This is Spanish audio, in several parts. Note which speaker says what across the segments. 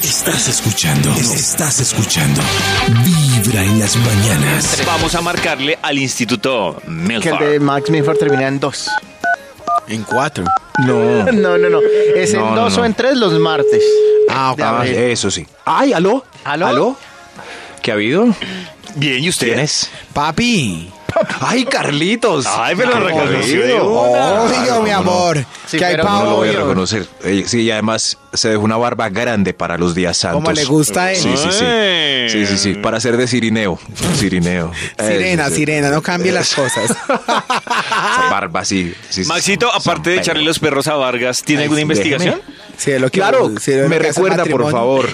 Speaker 1: Estás escuchando. Estás escuchando. Vibra en las mañanas.
Speaker 2: Vamos a marcarle al Instituto
Speaker 3: Que el
Speaker 2: Milford.
Speaker 3: de Max Milford termina en dos.
Speaker 4: En cuatro.
Speaker 3: No. No, no, no. Es
Speaker 4: No,
Speaker 3: en
Speaker 4: no,
Speaker 3: dos
Speaker 4: no.
Speaker 3: o en tres los martes.
Speaker 4: Ah, ok.
Speaker 3: De abril.
Speaker 4: eso sí. Ay, aló.
Speaker 3: ¿Aló?
Speaker 4: ¿Qué ha habido?
Speaker 2: Bien, ¿y ustedes?
Speaker 5: Papi.
Speaker 4: Ay, Carlitos.
Speaker 2: Ay, me lo reconoció de una.
Speaker 5: Oiga, mi amor.
Speaker 3: Sí,
Speaker 5: que hay
Speaker 3: pero
Speaker 4: Oh. No
Speaker 5: pavo.
Speaker 4: lo voy a
Speaker 3: Obvio.
Speaker 4: reconocer. Eh, sí, y además se dejó una barba grande para los días santos.
Speaker 5: Como le gusta ¿eh? a él.
Speaker 4: Sí, sí, sí.
Speaker 2: Ay.
Speaker 4: Sí, sí, sí. Para ser de Sirineo. Sirineo.
Speaker 5: Sirena, sirena, no cambie las cosas.
Speaker 4: Esa barba, sí. sí, sí.
Speaker 2: Maxito,
Speaker 4: San-
Speaker 2: aparte de
Speaker 4: San
Speaker 2: echarle
Speaker 4: Pedro.
Speaker 2: los perros a Vargas, ¿tiene
Speaker 4: Ay,
Speaker 2: alguna
Speaker 4: sí,
Speaker 2: investigación?
Speaker 5: Sí, es lo que-
Speaker 4: Claro,
Speaker 5: sí, es lo
Speaker 4: me
Speaker 5: que hace
Speaker 4: recuerda, por
Speaker 5: matrimonio.
Speaker 4: favor,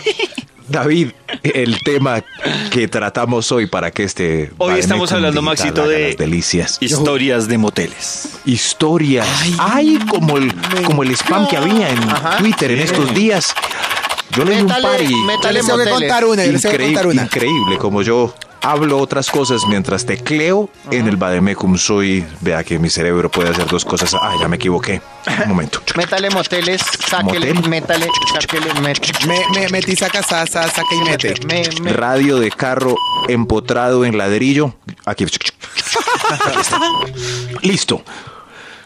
Speaker 4: David, el tema que tratamos hoy para que este.
Speaker 2: Hoy estamos
Speaker 4: Vademécum
Speaker 2: hablando,
Speaker 4: digital
Speaker 2: Maxito,
Speaker 4: haga
Speaker 2: de-
Speaker 4: las delicias.
Speaker 2: Historias de moteles.
Speaker 4: historias. Ay, como el, como el spam que había en Twitter en estos días. Yo leí un
Speaker 3: Métale,
Speaker 4: pari
Speaker 5: Yo
Speaker 3: métale
Speaker 5: les tengo que
Speaker 3: moteles.
Speaker 5: contar una, yo les tengo que contar
Speaker 4: increíble,
Speaker 5: una.
Speaker 4: increíble, como yo hablo otras cosas mientras tecleo en el Bademecum soy, vea que mi cerebro puede hacer dos cosas. Ah, ya me equivoqué. Un momento.
Speaker 3: Métale moteles, sáquele,
Speaker 4: Motel.
Speaker 3: métale, sáquele, métale.
Speaker 5: Me, me metí, saca, sa, sa, saca y mete.
Speaker 3: Me- me-
Speaker 4: Radio de carro empotrado en ladrillo. Aquí. Aquí está. Listo.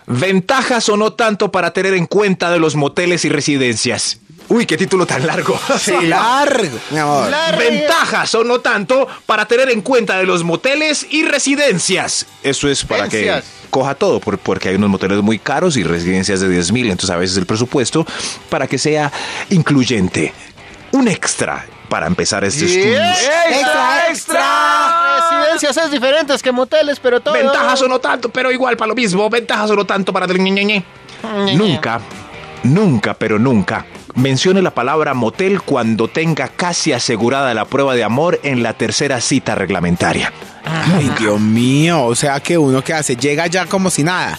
Speaker 4: Ventajas o no tanto para tener en cuenta de los moteles y residencias. Uy, qué título tan largo.
Speaker 5: Sí, largo, mi amor.
Speaker 4: Ventajas o no tanto para tener en cuenta de los moteles y residencias. Eso es para que
Speaker 3: Residencias.
Speaker 4: coja todo, por- porque hay unos moteles muy caros y residencias de 10 mil, entonces a veces el presupuesto para que sea incluyente. Un extra para empezar este estudio.
Speaker 5: Extra, extra.
Speaker 3: Residencias es diferentes que moteles, pero todo.
Speaker 4: Ventajas o no tanto, pero igual para lo mismo. Ventajas o no tanto para... Nunca, nunca, pero nunca. Mencione la palabra motel cuando tenga casi asegurada la prueba de amor en la tercera cita reglamentaria. Ah.
Speaker 5: Ay, Dios mío, o sea que uno que hace, llega ya como si nada.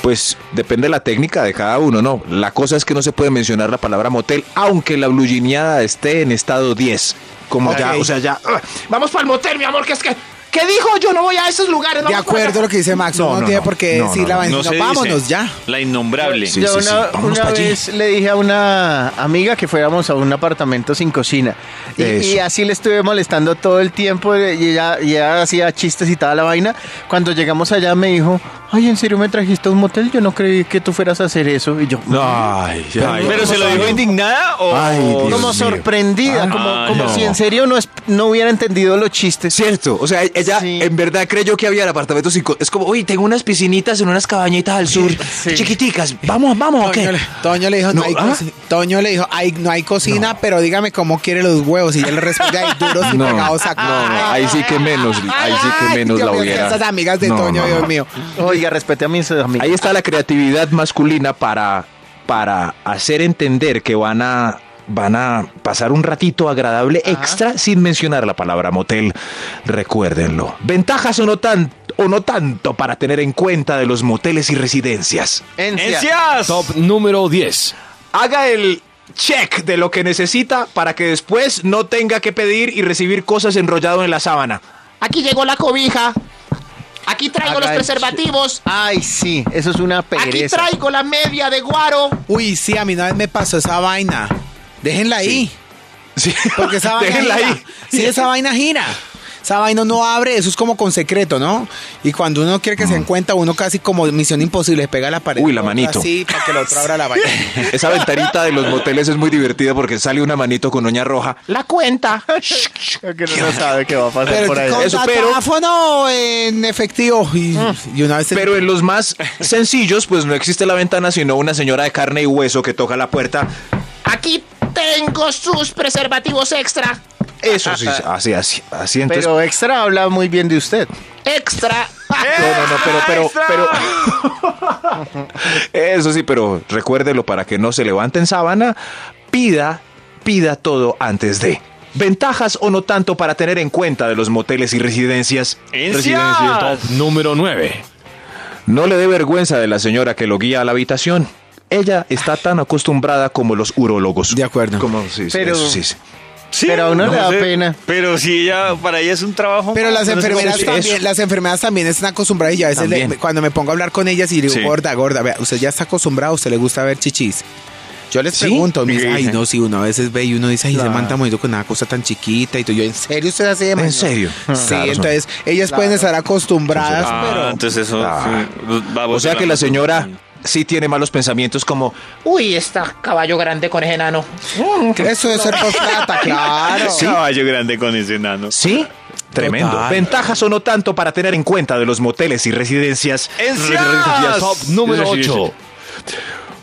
Speaker 4: Pues depende de la técnica de cada uno, ¿no? La cosa es que no se puede mencionar la palabra motel, aunque la blugineada esté en estado 10. Como ya,
Speaker 5: Ok.
Speaker 4: o sea, ya. "Ah, Vamos para el motel, mi amor, que es que. ¿Qué dijo? Yo no voy a esos lugares.
Speaker 5: De
Speaker 4: vamos para
Speaker 5: acuerdo
Speaker 4: allá".
Speaker 5: a lo que dice Max,
Speaker 4: No,
Speaker 5: no,
Speaker 4: no,
Speaker 5: tiene
Speaker 4: no.
Speaker 5: por qué
Speaker 4: No,
Speaker 5: decir
Speaker 4: no,
Speaker 5: la
Speaker 4: no.
Speaker 5: vaina,
Speaker 2: No se
Speaker 5: no,
Speaker 2: dice.
Speaker 5: vámonos ya.
Speaker 2: La innombrable.
Speaker 4: Sí,
Speaker 3: Yo
Speaker 4: sí, sí.
Speaker 3: una,
Speaker 4: Vámonos
Speaker 3: una
Speaker 4: pa' allí.
Speaker 3: vez le dije a una amiga que fuéramos a un apartamento sin cocina. Y,
Speaker 4: Eso.
Speaker 3: y así le estuve molestando todo el tiempo. eh, Y ella, y ella hacía chistes y toda la vaina. Cuando llegamos allá me dijo: Ay, ¿en serio me trajiste a un motel? Yo no creí que tú fueras a hacer eso. Y yo,
Speaker 4: Ay, ay,
Speaker 2: ¿Pero se lo dijo indignada o...?
Speaker 4: Ay, Dios
Speaker 3: como
Speaker 4: mío.
Speaker 3: sorprendida,
Speaker 4: Ah,
Speaker 3: como,
Speaker 2: no.
Speaker 3: como si en serio no, es- no hubiera entendido los chistes.
Speaker 4: Cierto, o sea, ella
Speaker 3: Sí.
Speaker 4: en verdad creyó que había el apartamento 5. Es como, uy, tengo unas piscinitas en unas cabañitas al sur,
Speaker 3: Sí.
Speaker 4: chiquiticas. Vamos, vamos, ¿o qué?
Speaker 5: Toño le, Toño le dijo, no,
Speaker 4: No,
Speaker 5: hay
Speaker 4: ¿ah?
Speaker 5: coci- Toño le dijo, "Ay, no hay cocina, pero dígame cómo quiere los huevos. Y él le responde, ay, duros y
Speaker 4: No,
Speaker 5: pegados a
Speaker 4: no, no, ahí sí que menos, ahí sí que
Speaker 5: Ay,
Speaker 4: menos
Speaker 5: Dios
Speaker 4: la
Speaker 5: mío,
Speaker 4: hoguera.
Speaker 5: Esas amigas de
Speaker 4: No,
Speaker 5: Toño,
Speaker 4: no,
Speaker 5: Dios
Speaker 4: no.
Speaker 5: mío.
Speaker 3: Oiga, respete a mis amigos.
Speaker 4: Ahí está la creatividad masculina para, para hacer entender que van a, van a pasar un ratito agradable extra sin mencionar la palabra motel. Recuérdenlo. Ventajas o no, tan, o no tanto para tener en cuenta de los moteles y residencias.
Speaker 2: ¡Encias!
Speaker 6: Top número 10.
Speaker 4: Haga el check de lo que necesita para que después no tenga que pedir y recibir cosas enrollado en la sábana.
Speaker 7: Aquí llegó la cobija. Aquí traigo
Speaker 3: Haga
Speaker 7: los
Speaker 3: el
Speaker 5: Ah,
Speaker 7: preservativos.
Speaker 3: Ay, sí, eso es una
Speaker 7: Aquí
Speaker 3: pereza.
Speaker 7: traigo la media de guaro.
Speaker 5: Uy, sí, a mí una vez me pasó esa vaina. Déjenla ahí. Porque esa vaina
Speaker 4: Déjenla
Speaker 5: gira.
Speaker 4: ahí.
Speaker 5: Sí, esa vaina gira. Esa vaina no abre, eso es como con secreto, ¿no? Y cuando uno quiere que se encuentra, uno casi como misión imposible, pega la pared.
Speaker 4: Mm. Uy, la
Speaker 5: otra
Speaker 4: manito.
Speaker 5: Así, para que la otra abra la vaina.
Speaker 4: Esa ventanita de los moteles es muy divertida porque sale una manito con uña roja.
Speaker 7: La cuenta.
Speaker 3: Que uno no sabe qué va a pasar
Speaker 5: Pero
Speaker 3: por ahí.
Speaker 5: con
Speaker 4: Eso, pero- Mm.
Speaker 5: datáfono en efectivo. Y, y una vez... se-
Speaker 4: Pero en los más sencillos, pues no existe la ventana, sino una señora de carne y hueso que toca la puerta.
Speaker 7: Aquí tengo sus preservativos extra.
Speaker 4: Eso sí, así, así, así. Entonces,
Speaker 3: Pero extra habla muy bien de usted.
Speaker 7: Extra.
Speaker 4: No,
Speaker 5: Eh.
Speaker 4: no, no, pero, pero, pero. Eso sí, pero recuérdelo para que no se levante en sábana. Pida, pida todo antes de. Ventajas o no tanto para tener en cuenta de los moteles y residencias.
Speaker 2: ¡Encias!
Speaker 6: Número 9.
Speaker 4: No le dé vergüenza de la señora que lo guía a la habitación. Ella está tan acostumbrada como los urólogos.
Speaker 5: De acuerdo.
Speaker 4: Como, sí, sí,
Speaker 3: Pero-
Speaker 4: eso sí, sí.
Speaker 2: Sí,
Speaker 3: Pero a uno le da pena.
Speaker 2: Pero si ella, para ella es un trabajo.
Speaker 5: Pero las
Speaker 2: Yo no sé cómo
Speaker 5: enfermeras
Speaker 2: decir eso.
Speaker 5: también, las enfermeras también están acostumbradas y yo a veces le-
Speaker 4: También.
Speaker 5: cuando me pongo a hablar con ellas y digo,
Speaker 2: Sí.
Speaker 5: gorda, gorda, vea, usted ya está acostumbrada, usted le gusta ver chichis. Yo les
Speaker 4: ¿Sí?
Speaker 5: pregunto, me dicen,
Speaker 4: ¿Qué
Speaker 5: ay,
Speaker 4: dicen?
Speaker 5: no, si uno a veces ve y uno dice, ay, se
Speaker 3: Claro.
Speaker 5: manta moviendo con una cosa tan chiquita y tú, yo, ¿en serio usted hace de
Speaker 4: ¿En
Speaker 5: mañoso?"
Speaker 4: serio?
Speaker 5: Sí,
Speaker 4: Claro, son-
Speaker 5: entonces ellas pueden estar acostumbradas,
Speaker 2: Ah,
Speaker 5: pero
Speaker 2: entonces eso.
Speaker 4: Ah.
Speaker 2: sí, vamos
Speaker 4: O sea
Speaker 2: a
Speaker 4: que la señora sí tiene malos pensamientos como,
Speaker 7: Uy, está caballo grande con ese enano. Mm,
Speaker 5: eso es ser por plata, claro.
Speaker 2: Sí. Caballo grande con ese enano.
Speaker 4: sí, tremendo.
Speaker 5: Total.
Speaker 4: Ventajas o no tanto para tener en cuenta de los moteles y residencias.
Speaker 2: ¡En
Speaker 4: Residencias.
Speaker 2: Sears!
Speaker 6: Top número
Speaker 2: Sí, sí, sí.
Speaker 6: 8.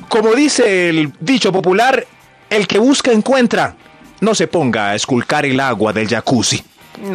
Speaker 4: Como dice el dicho popular, el que busca encuentra. No se ponga a esculcar el agua del jacuzzi.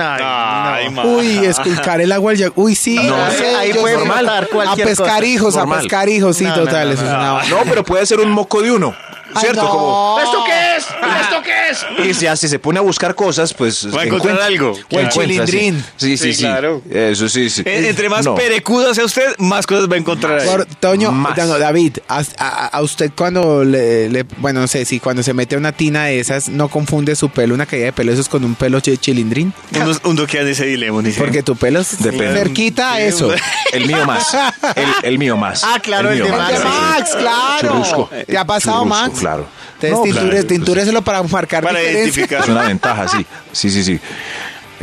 Speaker 2: Ay, ma. eh,
Speaker 5: Uy, esculcar el agua al ya- Uy, sí,
Speaker 4: No,
Speaker 5: no sé,
Speaker 3: ahí
Speaker 5: yo
Speaker 3: puede
Speaker 5: sé.
Speaker 3: normal. matar
Speaker 5: A
Speaker 3: cualquier
Speaker 5: pescar
Speaker 3: cosa.
Speaker 5: hijos,
Speaker 4: Normal.
Speaker 5: a pescar hijos, sí,
Speaker 3: No, no,
Speaker 5: total,
Speaker 3: no,
Speaker 5: eso
Speaker 3: no,
Speaker 5: es una
Speaker 4: No, pero puede ser un moco de uno.
Speaker 5: Ay,
Speaker 4: ¿Cierto?
Speaker 5: no.
Speaker 4: Como,
Speaker 7: ¿Esto qué es?
Speaker 5: Ah.
Speaker 7: ¿Esto qué es?
Speaker 4: y si así se pone a buscar cosas, pues.
Speaker 2: Va a encontrar
Speaker 4: encuentra-
Speaker 2: algo.
Speaker 4: que
Speaker 5: el
Speaker 4: encuentra, sí.
Speaker 5: chilindrín.
Speaker 4: Sí, sí, Eh, sí.
Speaker 2: Sí, claro.
Speaker 4: Eso sí, sí.
Speaker 2: E- Entre más
Speaker 4: No.
Speaker 2: perecudo sea usted, más cosas va a encontrar ahí.
Speaker 5: Por- Toño,
Speaker 4: Más.
Speaker 5: no, no, David, a, a- a usted cuando le, le- bueno, no sé, si cuando se mete a una tina de esas, no confunde su pelo, una caída de pelo, esos con un pelo chi- chilindrín,
Speaker 2: Uno, uno queda en ese dilema. uno dice, Mm,
Speaker 5: porque tu pelo es
Speaker 4: Depende.
Speaker 5: cerquita a eso.
Speaker 4: El mío más. El, el mío más.
Speaker 3: Ah, claro, el
Speaker 4: mío
Speaker 3: de
Speaker 5: El de
Speaker 3: Max.
Speaker 5: Max, claro.
Speaker 4: Churrusco.
Speaker 5: ¿Te ha pasado,
Speaker 4: Churrusco,
Speaker 5: Max?
Speaker 4: claro.
Speaker 5: Entonces,
Speaker 4: No,
Speaker 5: tintúres-
Speaker 4: claro.
Speaker 5: tintúreselo para marcar
Speaker 2: Para
Speaker 5: diferencia.
Speaker 4: Es
Speaker 2: identificar.
Speaker 4: una ventaja, sí. Sí, sí, sí.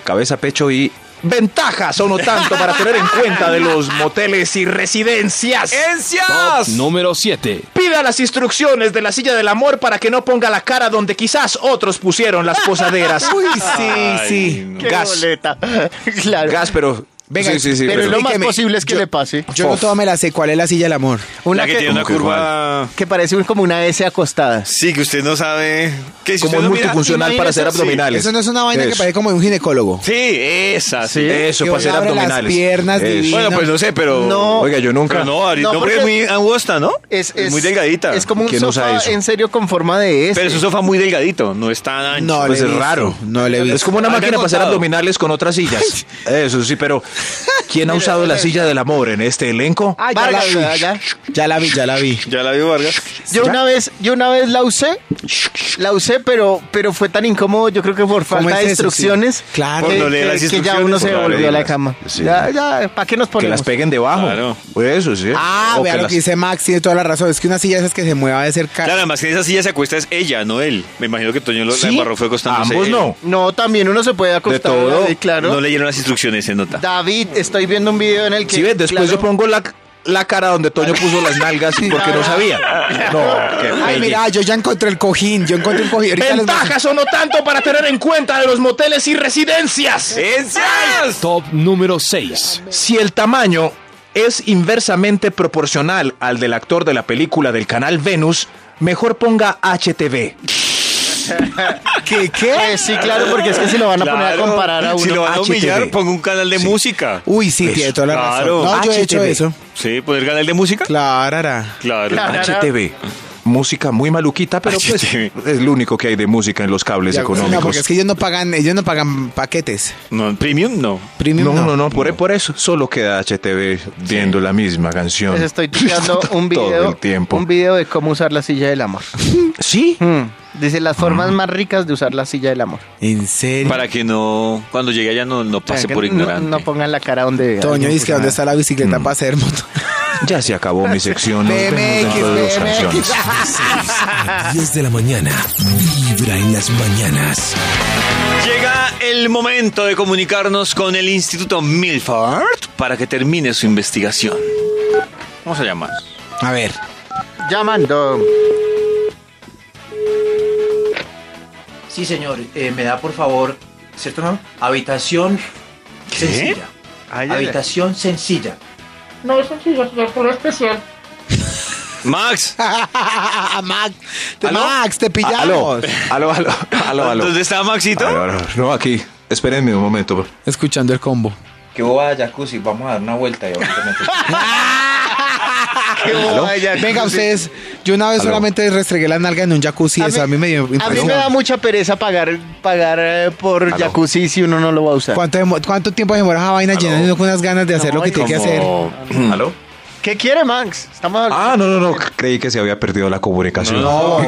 Speaker 4: Cabeza, pecho y. Ventajas o no tanto para tener en cuenta de los moteles y residencias.
Speaker 6: Top
Speaker 2: ¡Encias!
Speaker 6: número 7.
Speaker 4: Pida las instrucciones de la silla del amor para que no ponga la cara donde quizás otros pusieron las posaderas.
Speaker 5: Uy, sí, sí.
Speaker 3: Qué
Speaker 4: Gas.
Speaker 3: boleta. claro.
Speaker 4: Gas, pero.
Speaker 5: Venga,
Speaker 4: sí, sí, sí,
Speaker 3: pero,
Speaker 4: pero-
Speaker 3: lo más
Speaker 5: Explíqueme,
Speaker 3: posible es que
Speaker 5: yo-
Speaker 3: le pase.
Speaker 5: Yo no toda me la sé, ¿cuál es la silla del amor?
Speaker 3: Una
Speaker 2: la que,
Speaker 3: que,
Speaker 2: tiene una
Speaker 4: que
Speaker 2: curva.
Speaker 3: que parece un- como una S acostada.
Speaker 2: Sí, que usted no sabe. Que si
Speaker 4: como
Speaker 2: usted
Speaker 4: es
Speaker 2: no mira-
Speaker 4: multifuncional para hacer
Speaker 2: imagínese, sí.
Speaker 4: abdominales.
Speaker 5: Eso no es una vaina que
Speaker 4: Eso.
Speaker 5: parece como de un ginecólogo.
Speaker 2: Sí, esa, sí.
Speaker 3: Sí.
Speaker 4: Eso,
Speaker 5: Que
Speaker 4: para
Speaker 5: uno
Speaker 4: hacer
Speaker 5: abre las
Speaker 4: abdominales.
Speaker 5: piernas
Speaker 4: Eso.
Speaker 5: divinas.
Speaker 2: Bueno, pues no sé, pero.
Speaker 3: No.
Speaker 4: Oiga, yo nunca.
Speaker 2: Pero no, ahorita.
Speaker 3: No,
Speaker 2: No, porque es
Speaker 3: porque-
Speaker 2: muy angosta, ¿no?
Speaker 3: Es, es-
Speaker 2: muy delgadita.
Speaker 3: Es como un
Speaker 4: ¿Quién usa
Speaker 3: sofá
Speaker 4: eso?
Speaker 3: en serio con forma de S.
Speaker 2: Pero es un sofá muy delgadito, no es tan ancho.
Speaker 5: No,
Speaker 4: Pues
Speaker 5: le he
Speaker 4: es
Speaker 5: visto,
Speaker 4: raro.
Speaker 5: No le he visto.
Speaker 4: Es como una
Speaker 2: Habría
Speaker 4: máquina para hacer
Speaker 2: contado.
Speaker 4: abdominales con otras sillas. Eso sí, pero ¿quién ha usado
Speaker 5: eh.
Speaker 4: la silla del amor en este elenco?
Speaker 3: Ah, ya la vi, ya, ya.
Speaker 5: Ya la vi, ya la vi.
Speaker 2: Ya la vi, Vargas.
Speaker 3: Yo una vez, yo una vez la usé, la usé, pero, pero fue tan incómodo, yo creo que por
Speaker 5: ¿Cómo
Speaker 3: falta
Speaker 5: es
Speaker 3: de
Speaker 5: eso? Sí.
Speaker 3: instrucciones,
Speaker 5: Claro.
Speaker 3: que,
Speaker 2: Por no leer
Speaker 3: que-
Speaker 2: las
Speaker 3: que ya
Speaker 2: instrucciones,
Speaker 3: uno se
Speaker 2: por no
Speaker 3: volvió a la
Speaker 4: leerlas.
Speaker 3: cama.
Speaker 4: Sí.
Speaker 3: Ya, ya, ¿para qué nos ponemos?
Speaker 4: que las peguen debajo.
Speaker 2: Claro.
Speaker 4: Eso sí.
Speaker 5: Ah,
Speaker 4: O
Speaker 5: vea
Speaker 4: que
Speaker 5: lo
Speaker 4: las-
Speaker 5: que dice Max, tiene toda la razón. Es que una silla de esas que se mueva de cerca.
Speaker 2: Claro, además que en esa silla se acuesta es ella, no él. Me imagino que Toño lo
Speaker 4: ¿Sí?
Speaker 2: la embarró fue acostándose.
Speaker 4: Ambos
Speaker 2: él.
Speaker 4: no.
Speaker 3: No, también uno se puede acostar.
Speaker 4: todo.
Speaker 3: David, claro.
Speaker 2: No leyeron las instrucciones, se nota.
Speaker 3: David, estoy viendo un video en el que.
Speaker 4: Si ves, después yo
Speaker 3: claro,
Speaker 4: pongo la, la cara donde Toño puso las nalgas porque no sabía. No, qué
Speaker 5: Ay,
Speaker 4: pelle.
Speaker 5: mira, yo ya encontré el cojín. Yo encontré un cojín. Ahorita les muestro.
Speaker 4: Ventajas o no tanto para tener en cuenta de los moteles y residencias.
Speaker 2: ¡Encias!
Speaker 6: Top número 6.
Speaker 4: Si el tamaño es inversamente proporcional al del actor de la película del canal Venus, mejor ponga HTV.
Speaker 5: ¿Qué? ¿Qué?
Speaker 3: pues sí, claro, porque es que si lo van a poner a
Speaker 2: Claro.
Speaker 3: comparar a uno.
Speaker 2: Si lo van a
Speaker 4: HTV.
Speaker 2: humillar, pongo un canal de música.
Speaker 5: Uy, sí, tiene toda la
Speaker 2: claro.
Speaker 5: razón. No, yo he hecho
Speaker 4: HTV.
Speaker 5: eso.
Speaker 2: Sí, poner canal de música.
Speaker 5: Clara.
Speaker 2: Claro.
Speaker 3: Claro.
Speaker 4: HTV. Música muy maluquita, pero pues
Speaker 2: HTV.
Speaker 4: es lo único que hay de música en los cables
Speaker 5: Ya, pues, No, porque
Speaker 4: económicos.
Speaker 5: es que ellos no pagan, ellos no pagan paquetes.
Speaker 2: Ah, No, premium no.
Speaker 5: Premium
Speaker 4: No,
Speaker 5: no.
Speaker 4: no, no, por, e- por eso solo queda HTV viendo la misma canción.
Speaker 3: Les estoy tirando un video.
Speaker 4: Todo el tiempo. Mm.
Speaker 3: Un video de cómo usar la silla del amor.
Speaker 4: Sí,
Speaker 3: Hmm, Dice las formas más ricas de usar la silla del amor.
Speaker 5: En serio.
Speaker 2: Para que no, cuando llegue allá no, no pase
Speaker 3: O sea, que
Speaker 2: por
Speaker 3: no-
Speaker 2: ignorante.
Speaker 3: No, pongan la cara donde.
Speaker 5: Toño dice que dónde está la bicicleta
Speaker 4: Mm.
Speaker 5: para hacer moto.
Speaker 4: ya se acabó mi sección. Nos vemos
Speaker 5: BMX,
Speaker 4: dentro de dos canciones.
Speaker 5: BMX.
Speaker 1: 10 de la mañana. Vibra en las mañanas.
Speaker 2: Llega el momento de comunicarnos con el Instituto Milford para que termine su investigación. Vamos a llamar.
Speaker 5: A ver.
Speaker 3: Llamando.
Speaker 8: Sí, señor. Eh, me da, por favor, ¿cierto, no? Habitación sencilla.
Speaker 3: Ay, ay, ay.
Speaker 8: Habitación sencilla.
Speaker 7: No es sencillo, es solo especial.
Speaker 2: Max,
Speaker 5: Max, te- Max, te
Speaker 4: Ah, Aló,
Speaker 5: pillamos.
Speaker 4: aló, aló, aló, aló.
Speaker 2: ¿dónde está Maxito?
Speaker 4: Aló, aló. No, aquí. Espérenme un momento.
Speaker 5: Escuchando el combo.
Speaker 8: Que boba jacuzzi. Vamos a dar una vuelta y ahorita me-
Speaker 5: Venga, ustedes, yo una vez
Speaker 4: Aló.
Speaker 5: solamente restregué la nalga en un jacuzzi, eso a mí me dio
Speaker 3: A mí
Speaker 5: impresión.
Speaker 3: me da mucha pereza pagar, pagar eh, por
Speaker 4: Aló.
Speaker 3: jacuzzi si uno no lo va a usar.
Speaker 5: ¿Cuánto, demo- cuánto tiempo demora esa vaina llenando uno con unas ganas de hacer lo que
Speaker 3: Ay,
Speaker 5: tiene que hacer?
Speaker 4: Como- ¿Aló?
Speaker 3: ¿Qué quiere, Max? Estamos
Speaker 4: Ah, no, no, no. Creí que se había perdido la comunicación.
Speaker 2: No,
Speaker 4: ¿Qué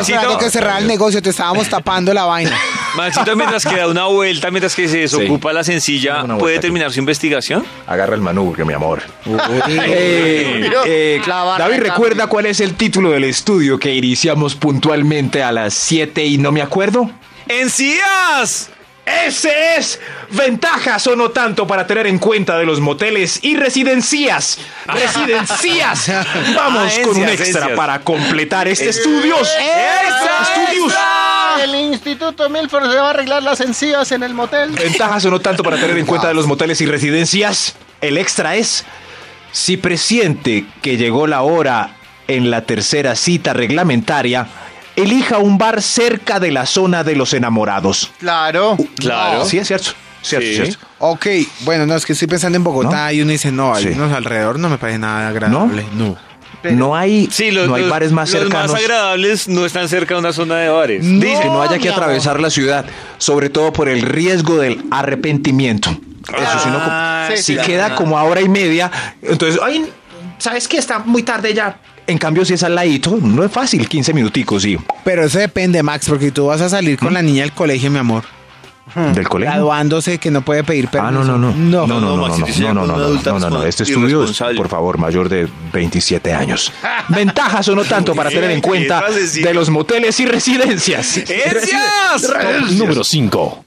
Speaker 5: Estamos esperando
Speaker 2: Maxito.
Speaker 5: que cerrar el negocio, te estábamos tapando la vaina.
Speaker 2: Maxito, mientras que da una vuelta, mientras que se desocupa la sencilla,
Speaker 4: Una vuelta
Speaker 2: ¿puede
Speaker 4: aquí.
Speaker 2: terminar su investigación?
Speaker 4: Agarra el manubrio, mi amor. Eh,
Speaker 3: Dios.
Speaker 4: eh,
Speaker 3: La barra
Speaker 4: David,
Speaker 3: de
Speaker 4: ¿recuerda cuál es el título del estudio que iniciamos puntualmente a las 7 y no me acuerdo?
Speaker 2: ¡Encías!
Speaker 4: Ese es ventajas o no tanto para tener en cuenta de los moteles y residencias. Residencias. Vamos
Speaker 2: Ah,
Speaker 4: con un
Speaker 2: encias,
Speaker 4: extra
Speaker 2: encias.
Speaker 4: para completar este estudios. estudios. Ah.
Speaker 3: El Instituto Milford se va a arreglar las encías en el motel.
Speaker 4: Ventajas o no tanto para tener en cuenta de los moteles y residencias. El extra es si presiente que llegó la hora en la tercera cita reglamentaria, elija un bar cerca de la zona de los enamorados.
Speaker 3: Claro.
Speaker 2: Claro.
Speaker 4: Sí, es cierto. Cierto,
Speaker 2: Sí.
Speaker 4: cierto.
Speaker 5: Ok, bueno, no, es que estoy pensando en Bogotá y uno dice, no,
Speaker 4: Sí.
Speaker 5: algunos alrededor no me parece nada agradable. No.
Speaker 4: no hay,
Speaker 2: Sí, los,
Speaker 4: no hay
Speaker 2: los-
Speaker 4: bares más
Speaker 2: los
Speaker 4: cercanos.
Speaker 2: más agradables no están cerca de una zona de bares.
Speaker 4: Dice que no haya que
Speaker 3: mi amor.
Speaker 4: atravesar la ciudad, sobre todo por el riesgo del arrepentimiento. Eso sí, no co-
Speaker 2: Ah,
Speaker 3: sí,
Speaker 4: si
Speaker 3: claro.
Speaker 4: queda como a hora y media, entonces, ay,
Speaker 8: ¿Sabes qué? Está muy tarde ya.
Speaker 4: en cambio si es al ladito, no es fácil, 15 minuticos, sí,
Speaker 2: Hmm.
Speaker 5: Pero eso depende, Max, porque tú vas a salir
Speaker 4: ¿Mm?
Speaker 5: con la niña del colegio, mi amor.
Speaker 4: del colegio.
Speaker 5: Graduándose que no puede pedir permiso.
Speaker 4: ¿Eh?
Speaker 5: Mm,
Speaker 4: Ah, no, no, no.
Speaker 5: No.
Speaker 4: No, no, no, no, no,
Speaker 2: Maxito, si
Speaker 4: no,
Speaker 2: eres
Speaker 4: no,
Speaker 2: un
Speaker 4: no,
Speaker 2: adulto
Speaker 4: no, no, no. Este estudio es,
Speaker 2: pues, irresponsable.
Speaker 4: por favor, mayor de 27 años. Ventajas o no tanto para tener en cuenta
Speaker 2: Estás diciendo-
Speaker 4: de los moteles y residencias.
Speaker 2: ¡Encias!
Speaker 6: Top número 5.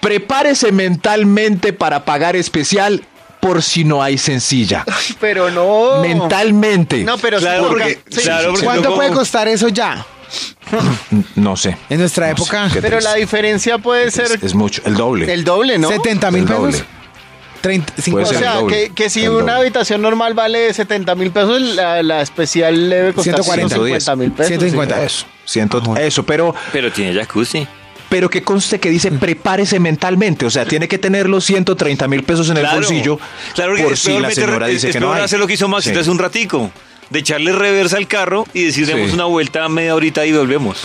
Speaker 4: Prepárese mentalmente para pagar especial por si no hay sencilla.
Speaker 3: Pero no.
Speaker 4: Mentalmente.
Speaker 3: No, pero
Speaker 2: Claro,
Speaker 3: sí,
Speaker 2: porque-
Speaker 3: sí,
Speaker 2: claro, porque
Speaker 5: ¿Cuánto
Speaker 2: no
Speaker 5: puede
Speaker 2: como-
Speaker 5: costar eso ya?
Speaker 4: No sé.
Speaker 5: En nuestra
Speaker 4: No sé,
Speaker 5: época.
Speaker 4: qué
Speaker 3: Pero la
Speaker 4: triste.
Speaker 3: diferencia puede
Speaker 4: es,
Speaker 3: ser
Speaker 4: es mucho, el doble.
Speaker 3: el doble, ¿no?
Speaker 5: 70 mil
Speaker 4: El
Speaker 5: pesos.
Speaker 4: doble.
Speaker 5: 30, 50.
Speaker 3: O
Speaker 4: ser
Speaker 3: sea,
Speaker 4: el doble,
Speaker 3: que, que si
Speaker 4: el
Speaker 3: una
Speaker 4: doble.
Speaker 3: habitación normal vale 70 mil pesos, la, la especial debe costar
Speaker 5: 140,
Speaker 3: 150 mil pesos.
Speaker 5: 150.
Speaker 3: sí.
Speaker 4: Eso, siento,
Speaker 5: Ah, bueno.
Speaker 4: eso, pero,
Speaker 2: Pero tiene jacuzzi.
Speaker 4: pero que conste que
Speaker 3: Mm.
Speaker 4: dice prepárese mentalmente, o sea, tiene que tener los 130 mil pesos en el bolsillo
Speaker 2: Claro que
Speaker 4: por
Speaker 2: es
Speaker 4: si
Speaker 2: peor
Speaker 4: la
Speaker 2: meter-
Speaker 4: señora
Speaker 2: es-
Speaker 4: dice
Speaker 2: es
Speaker 4: que no
Speaker 2: peor
Speaker 4: hay.
Speaker 2: hacer lo que hizo Maxito
Speaker 4: Sí.
Speaker 2: hace un ratico. De echarle reversa al carro y decir demos
Speaker 4: Sí.
Speaker 2: una vuelta a media horita y volvemos.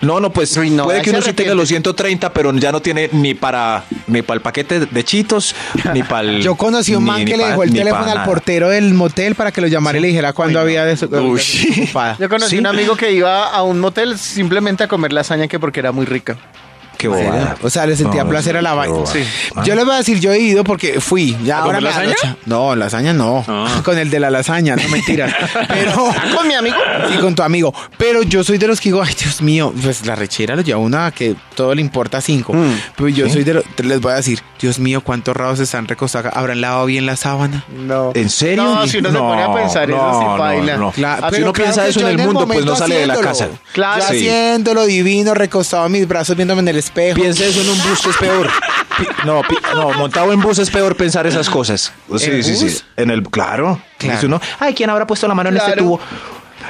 Speaker 4: No, no, pues
Speaker 3: Uy, no,
Speaker 4: puede
Speaker 3: ahí
Speaker 4: que
Speaker 3: se
Speaker 4: uno sí tenga
Speaker 3: arrepiente.
Speaker 4: los 130, pero ya no tiene ni para ni para el paquete de chitos, ni para el...
Speaker 5: Yo conocí a un
Speaker 4: ni-
Speaker 5: man
Speaker 4: ni
Speaker 5: que le
Speaker 4: pa-
Speaker 5: dejó el
Speaker 4: ni pa
Speaker 5: teléfono al
Speaker 4: nada.
Speaker 5: portero del motel para que lo llamara y le dijera cuándo había de su.
Speaker 2: Uy.
Speaker 5: ocupada.
Speaker 3: Yo conocí
Speaker 4: Sí.
Speaker 3: un amigo que iba a un motel simplemente a comer lasaña que porque era muy rica.
Speaker 4: Qué bobada.
Speaker 5: O sea, le sentía
Speaker 4: No,
Speaker 5: placer a la
Speaker 4: qué
Speaker 5: vaina.
Speaker 4: bobada.
Speaker 5: Sí.
Speaker 4: Ah.
Speaker 5: Yo les voy a decir, yo he ido porque fui. Ya
Speaker 2: ¿A
Speaker 5: ahora
Speaker 2: comer
Speaker 5: me
Speaker 2: lasaña?
Speaker 5: arrocha. No, lasaña no.
Speaker 2: Ah.
Speaker 5: Con el de la lasaña, no mentiras. Pero
Speaker 3: Ah, ¿Con mi amigo?
Speaker 5: y con tu amigo. Pero yo soy de los que digo, ay Dios mío, pues la rechera lo lleva una que todo le importa cinco. Pero yo soy de los, les voy a decir, Dios mío, cuántos raros están recostados. acá. ¿Habrán lavado bien la sábana?
Speaker 3: No.
Speaker 4: ¿En serio?
Speaker 3: No, si uno se pone a pensar, eso sí baila.
Speaker 5: Cla-
Speaker 4: Ah, si
Speaker 5: pero claro
Speaker 4: uno piensa
Speaker 5: que
Speaker 4: eso en
Speaker 5: yo
Speaker 4: el mundo, pues
Speaker 5: momento
Speaker 4: no sale de la casa.
Speaker 5: haciéndolo.
Speaker 3: Claro.
Speaker 5: Yo
Speaker 4: Sí.
Speaker 5: haciéndolo divino, recostado a mis brazos, viéndome en el espejo.
Speaker 4: Piensa eso en un bus que es peor. Pi- No, pi- no, montado en bus es peor pensar esas cosas. Pues Sí,
Speaker 5: ¿En
Speaker 4: sí, sí.
Speaker 5: bus?
Speaker 4: En el, claro.
Speaker 5: Claro.
Speaker 4: Dice uno, ay, ¿quién habrá puesto la mano en este
Speaker 3: Claro.
Speaker 4: tubo?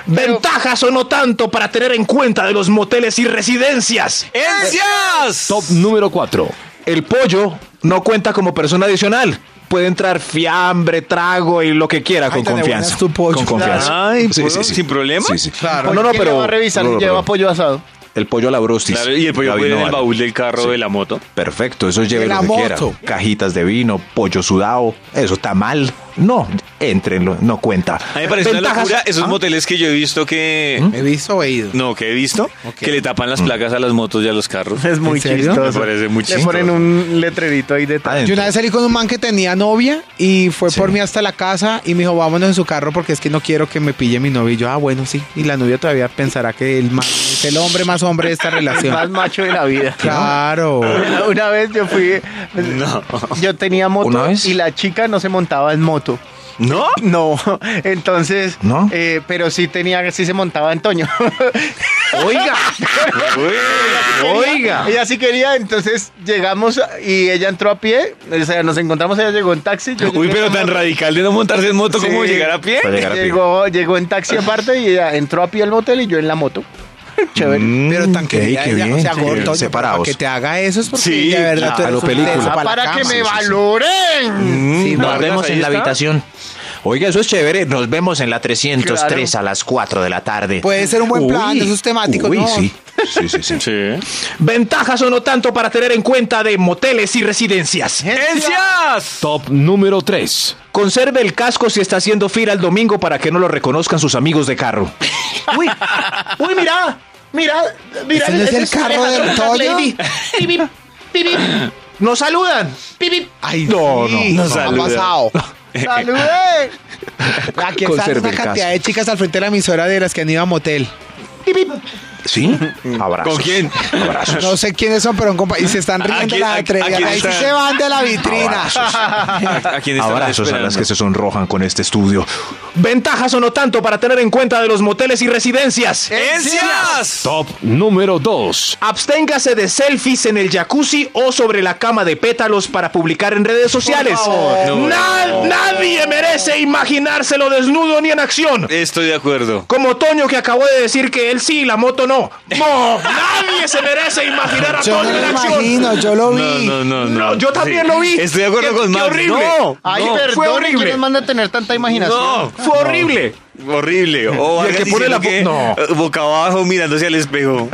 Speaker 4: Ventajas o no tanto para tener en cuenta de los moteles y residencias.
Speaker 2: ¡Encias!
Speaker 6: Top número 4.
Speaker 4: El pollo no cuenta como persona adicional. Puede entrar fiambre, trago y lo que quiera con
Speaker 5: tan de buenas
Speaker 4: confianza.
Speaker 5: tu pollo.
Speaker 4: Con confianza.
Speaker 2: Ay, pollo, ¿sin problema?
Speaker 4: Sí, sí.
Speaker 5: Claro.
Speaker 4: No, no,
Speaker 3: ¿Quién la
Speaker 4: pero
Speaker 3: va a revisar?
Speaker 4: no, no,
Speaker 3: Lleva
Speaker 4: pero
Speaker 3: pollo asado.
Speaker 4: el pollo a la brostis.
Speaker 2: Claro, y el pollo
Speaker 4: David
Speaker 2: puede ir en el
Speaker 4: Novaro.
Speaker 2: baúl del carro
Speaker 4: Sí.
Speaker 2: de la moto.
Speaker 4: Perfecto, eso lleve
Speaker 5: De
Speaker 4: lo
Speaker 5: la
Speaker 4: que
Speaker 5: moto.
Speaker 4: quiera. Cajitas de vino, pollo sudado, eso está mal. No, entrenlo, no cuenta.
Speaker 2: A mí me parece una
Speaker 4: Ventajas-
Speaker 2: locura esos
Speaker 4: Ah,
Speaker 2: moteles que yo he visto que...
Speaker 4: ¿Mm?
Speaker 5: ¿He visto o he ido?
Speaker 2: No, que he visto que le tapan las placas a las motos y a los carros.
Speaker 3: Es muy
Speaker 5: ¿En serio?
Speaker 3: chistoso.
Speaker 2: Me parece muy
Speaker 3: Le ponen
Speaker 2: chistoso.
Speaker 3: un letrerito ahí detrás.
Speaker 4: adentro.
Speaker 5: Yo una vez salí con un man que tenía novia y fue
Speaker 4: Sí.
Speaker 5: por mí hasta la casa y me dijo, vámonos en su carro porque es que no quiero que me pille mi novia. Y yo, ah, bueno, sí. Y la novia todavía pensará que el man es el hombre más hombre de esta
Speaker 3: El más
Speaker 5: relación.
Speaker 3: macho de la vida.
Speaker 5: claro.
Speaker 3: Una vez yo fui. Yo tenía
Speaker 4: ¿Una
Speaker 3: moto
Speaker 4: vez?
Speaker 3: y la chica no se montaba en moto.
Speaker 2: ¿No?
Speaker 3: No, entonces.
Speaker 4: ¿No?
Speaker 3: eh, pero sí tenía, sí se montaba en Toño.
Speaker 4: Oiga, oiga.
Speaker 3: Ella sí quería, entonces llegamos y ella entró a pie. O sea, nos encontramos, ella llegó en taxi. yo
Speaker 2: Uy,
Speaker 3: llegué
Speaker 2: pero
Speaker 3: en
Speaker 2: tan
Speaker 3: moto.
Speaker 2: radical de no montarse en moto como
Speaker 3: Sí.
Speaker 2: llegar a pie.
Speaker 4: Para llegar a pie.
Speaker 3: Llegó, llegó en taxi aparte y ella entró a pie al motel y yo en la moto. Chévere.
Speaker 2: Mm.
Speaker 5: Pero tan querida
Speaker 4: Mm, qué
Speaker 5: ella,
Speaker 4: bien,
Speaker 5: o sea,
Speaker 4: qué
Speaker 5: gordo,
Speaker 4: bien,
Speaker 5: para
Speaker 4: separados.
Speaker 5: que te haga eso es porque
Speaker 2: Sí,
Speaker 5: ella, de verdad tú
Speaker 4: claro,
Speaker 5: eres un
Speaker 4: película.
Speaker 5: teso
Speaker 3: Ah,
Speaker 5: para,
Speaker 3: para
Speaker 5: la
Speaker 3: que
Speaker 5: cama.
Speaker 3: me
Speaker 5: Sí, sí, sí.
Speaker 3: valoren.
Speaker 2: Mm.
Speaker 5: Sí,
Speaker 4: Nos
Speaker 5: no,
Speaker 4: vemos
Speaker 2: ahí
Speaker 4: en la
Speaker 2: está.
Speaker 4: habitación. Oiga, eso es chévere. Nos vemos en la 303 a las 4 de la tarde.
Speaker 5: Puede ser un buen plan, eso es temático,
Speaker 4: Uy,
Speaker 5: ¿no?
Speaker 4: sí. Sí, sí, sí.
Speaker 2: Sí.
Speaker 4: Ventajas o no tanto para tener en cuenta de moteles y residencias.
Speaker 2: ¡Encias!
Speaker 6: Top número 3.
Speaker 4: Conserve el casco si está haciendo fila el domingo para que no lo reconozcan sus amigos de carro. Uy, uy, mira,
Speaker 3: Mira, mira.
Speaker 5: ¿Ese no es
Speaker 3: ese
Speaker 5: el carro del
Speaker 3: Alejandro
Speaker 5: Toño?
Speaker 3: Lady. Pipip, pipip,
Speaker 4: ¡No saludan!
Speaker 3: pipip.
Speaker 5: Ay, no,
Speaker 2: no
Speaker 5: no, ha
Speaker 2: saluda.
Speaker 5: pasado.
Speaker 3: ¡Salude!
Speaker 5: Aquí está
Speaker 4: Conserve
Speaker 5: una
Speaker 4: el
Speaker 5: cantidad
Speaker 4: caso.
Speaker 5: de chicas al frente de la emisora de las que han ido a motel.
Speaker 4: ¿Sí? Abrazos.
Speaker 2: ¿Con quién?
Speaker 4: Abrazos.
Speaker 5: No sé quiénes son, pero un compa- y se están riendo
Speaker 2: Aquí-
Speaker 5: de las
Speaker 2: aquí-
Speaker 5: atrevidas.
Speaker 2: aquí
Speaker 5: Ahí sí
Speaker 2: están.
Speaker 5: se van de la vitrina.
Speaker 2: ¿A quién estarán
Speaker 4: Abrazos a
Speaker 2: esperando?
Speaker 4: las que se sonrojan con este estudio. Ventajas o no tanto para tener en cuenta de los moteles y residencias.
Speaker 2: ¡Encias!
Speaker 6: Top número 2.
Speaker 4: Absténgase de selfies en el jacuzzi o sobre la cama de pétalos para publicar en redes sociales. Na- Nadie merece imaginárselo desnudo ni en acción.
Speaker 2: Estoy de acuerdo.
Speaker 4: Como Toño que acabó de decir que él sí, la moto no. No, nadie se merece imaginar a
Speaker 5: Yo
Speaker 4: Toño
Speaker 5: no
Speaker 4: en
Speaker 5: lo
Speaker 4: acción.
Speaker 5: imagino, yo lo vi.
Speaker 2: No, no, no, no.
Speaker 4: No, yo también
Speaker 2: Sí.
Speaker 4: lo vi.
Speaker 2: Estoy de acuerdo
Speaker 4: Qué-
Speaker 2: con
Speaker 4: qué
Speaker 2: Max.
Speaker 4: horrible.
Speaker 2: No,
Speaker 3: Ay,
Speaker 2: no,
Speaker 4: per-
Speaker 3: perdón,
Speaker 4: horrible.
Speaker 3: ¿quién les manda a tener tanta imaginación?
Speaker 2: no.
Speaker 4: Fue horrible.
Speaker 2: Horrible. O
Speaker 4: Y el
Speaker 2: Vargas
Speaker 4: que pone la
Speaker 2: diciendo
Speaker 4: bo-
Speaker 2: que, eh, boca abajo mirándose al espejo.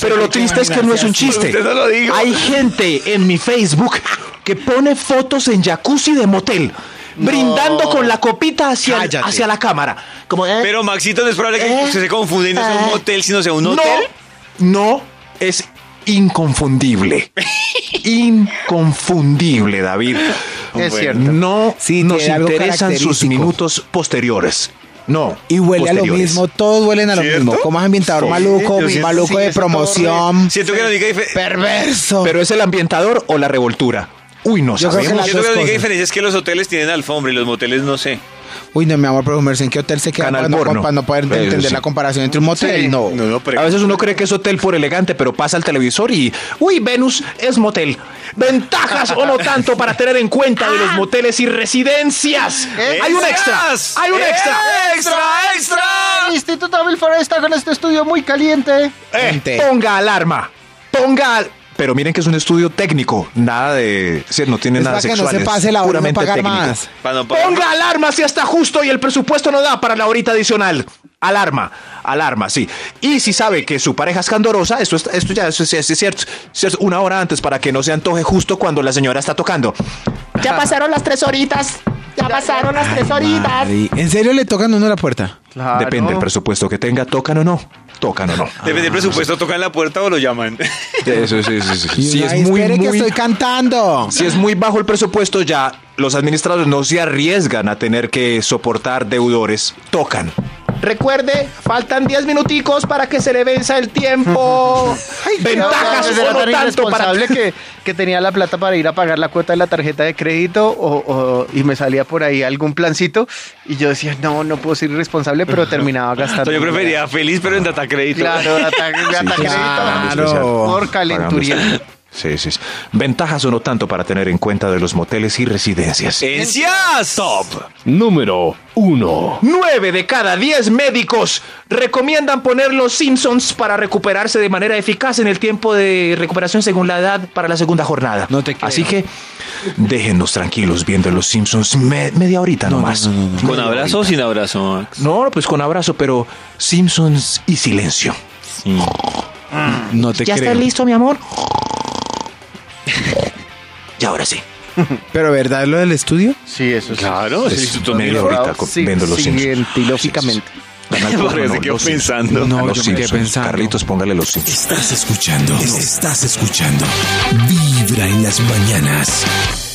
Speaker 4: Pero lo triste es que no es un chiste.
Speaker 2: Usted no lo diga.
Speaker 4: Hay gente en mi Facebook que pone fotos en jacuzzi de motel, brindando con la copita hacia, el-
Speaker 5: Cállate.
Speaker 4: hacia la cámara. Como, eh,
Speaker 2: Pero Maxito, no es probable que usted se confunde y no sea un motel, sino sea un
Speaker 4: no,
Speaker 2: hotel.
Speaker 4: no, es inconfundible. inconfundible, David.
Speaker 3: Es cierto.
Speaker 4: No
Speaker 5: Sí,
Speaker 4: nos
Speaker 5: tiene algo
Speaker 4: interesan sus
Speaker 5: característico.
Speaker 4: minutos posteriores. No.
Speaker 5: Y huele a lo
Speaker 4: posteriores.
Speaker 5: mismo, todos huelen a lo
Speaker 2: ¿Cierto?
Speaker 5: mismo. Comas ambientador
Speaker 2: Sí,
Speaker 5: maluco,
Speaker 2: yo siento-
Speaker 5: maluco
Speaker 3: sí,
Speaker 5: de
Speaker 3: eso todo
Speaker 5: promoción.
Speaker 2: Siento que la única diferencia.
Speaker 5: Perverso.
Speaker 4: Pero es el ambientador o la revoltura. Uy, no
Speaker 5: Yo creo que
Speaker 4: sabemos.
Speaker 5: las
Speaker 2: Siento que
Speaker 5: dos
Speaker 2: la única
Speaker 5: cosas.
Speaker 2: diferencia es que los hoteles tienen alfombra y los moteles no sé.
Speaker 5: Uy, no, mi amor, pero Merce, ¿en qué hotel se queda
Speaker 4: Canal
Speaker 5: para no,
Speaker 4: porno.
Speaker 5: para no poder
Speaker 4: Pero
Speaker 5: entender
Speaker 4: sí.
Speaker 5: la comparación entre un motel?
Speaker 3: Sí.
Speaker 5: No.
Speaker 4: A veces uno cree que es hotel por elegante, pero pasa al televisor y, uy, Venus es motel. Ventajas o no tanto para tener en cuenta de
Speaker 2: Ah.
Speaker 4: los moteles y residencias.
Speaker 2: ¿Eh?
Speaker 4: Hay un extra.
Speaker 2: ¡Extras!
Speaker 4: Hay un
Speaker 2: ¡Eh!
Speaker 4: extra.
Speaker 2: ¡Extra, extra!
Speaker 3: El Instituto Milford está con este estudio muy caliente.
Speaker 5: Gente.
Speaker 4: Eh. Ponga alarma. Ponga. al- Pero miren que es un estudio técnico, nada de, sí, no tiene
Speaker 5: Es
Speaker 4: nada
Speaker 5: para que
Speaker 4: sexual.
Speaker 5: no se
Speaker 4: es
Speaker 5: pase la hora de
Speaker 4: puramente
Speaker 5: pagar
Speaker 4: técnico.
Speaker 5: más.
Speaker 2: Para no pagar.
Speaker 4: Ponga alarma si está justo y el presupuesto no da para la horita adicional. Alarma, alarma, sí. Y si sabe que su pareja es candorosa, esto, es- esto ya es, es- es cierto, cierto, una hora antes para que no se antoje justo cuando la señora está tocando.
Speaker 7: Ya pasaron las tres horitas. Ya pasaron las tres horitas.
Speaker 5: Ay, ¿En serio le tocan uno la puerta?
Speaker 4: Depende del presupuesto que tenga, tocan o no, tocan o no.
Speaker 2: Depende del presupuesto, tocan la puerta o lo llaman.
Speaker 4: Eso, sí, sí, sí.
Speaker 5: Y
Speaker 4: Si
Speaker 5: uno,
Speaker 4: es
Speaker 5: "Ay,
Speaker 4: muy,
Speaker 5: espere que
Speaker 4: muy-
Speaker 5: estoy cantando.
Speaker 4: si es muy bajo el presupuesto ya, los administradores no se arriesgan a tener que soportar deudores, tocan.
Speaker 8: Recuerde, faltan 10 minuticos para que se le venza el tiempo.
Speaker 4: Ventajas
Speaker 3: Era
Speaker 4: o no
Speaker 3: tan
Speaker 4: tanto para
Speaker 3: irresponsable que, que tenía la plata para ir a pagar la cuota de la tarjeta de crédito o- o- y me salía por ahí algún plancito y yo decía, no, no puedo ser irresponsable, pero terminaba gastando.
Speaker 2: Yo prefería feliz, pero en data crédito.
Speaker 3: Claro, data, data
Speaker 4: sí,
Speaker 3: crédito.
Speaker 5: claro.
Speaker 3: Por calenturía.
Speaker 4: Pagando especial. Sí, sí, sí. Ventajas o no tanto para tener en cuenta de los moteles y residencias.
Speaker 2: ¡Encias! Top.
Speaker 6: Número 1.
Speaker 4: Nueve de cada diez médicos recomiendan poner los Simpsons para recuperarse de manera eficaz en el tiempo de recuperación según la edad para la segunda jornada.
Speaker 5: No te creo.
Speaker 4: Así que déjenos tranquilos viendo los Simpsons me- media horita nomás.
Speaker 2: ¿Con abrazo o sin abrazo, Max?
Speaker 4: No, pues con abrazo, pero Simpsons y silencio.
Speaker 5: No te creo.
Speaker 4: listo, mi amor? Y ahora sí.
Speaker 5: Pero ¿verdad lo del estudio?
Speaker 3: Sí, eso sí.
Speaker 2: Claro,
Speaker 4: es media horita con-
Speaker 3: Sí,
Speaker 4: viendo los Simpsons.
Speaker 3: siguiente, lógicamente.
Speaker 4: Canal
Speaker 2: Porque
Speaker 4: cuatro,
Speaker 2: se
Speaker 4: no,
Speaker 2: quedó
Speaker 4: los Simpsons.
Speaker 2: pensando.
Speaker 5: No,
Speaker 4: Los
Speaker 5: yo me quedé
Speaker 4: Simpsons.
Speaker 5: pensando.
Speaker 4: Carlitos, póngale los Simpsons.
Speaker 1: Estás escuchando. Estás escuchando. Vibra en las mañanas.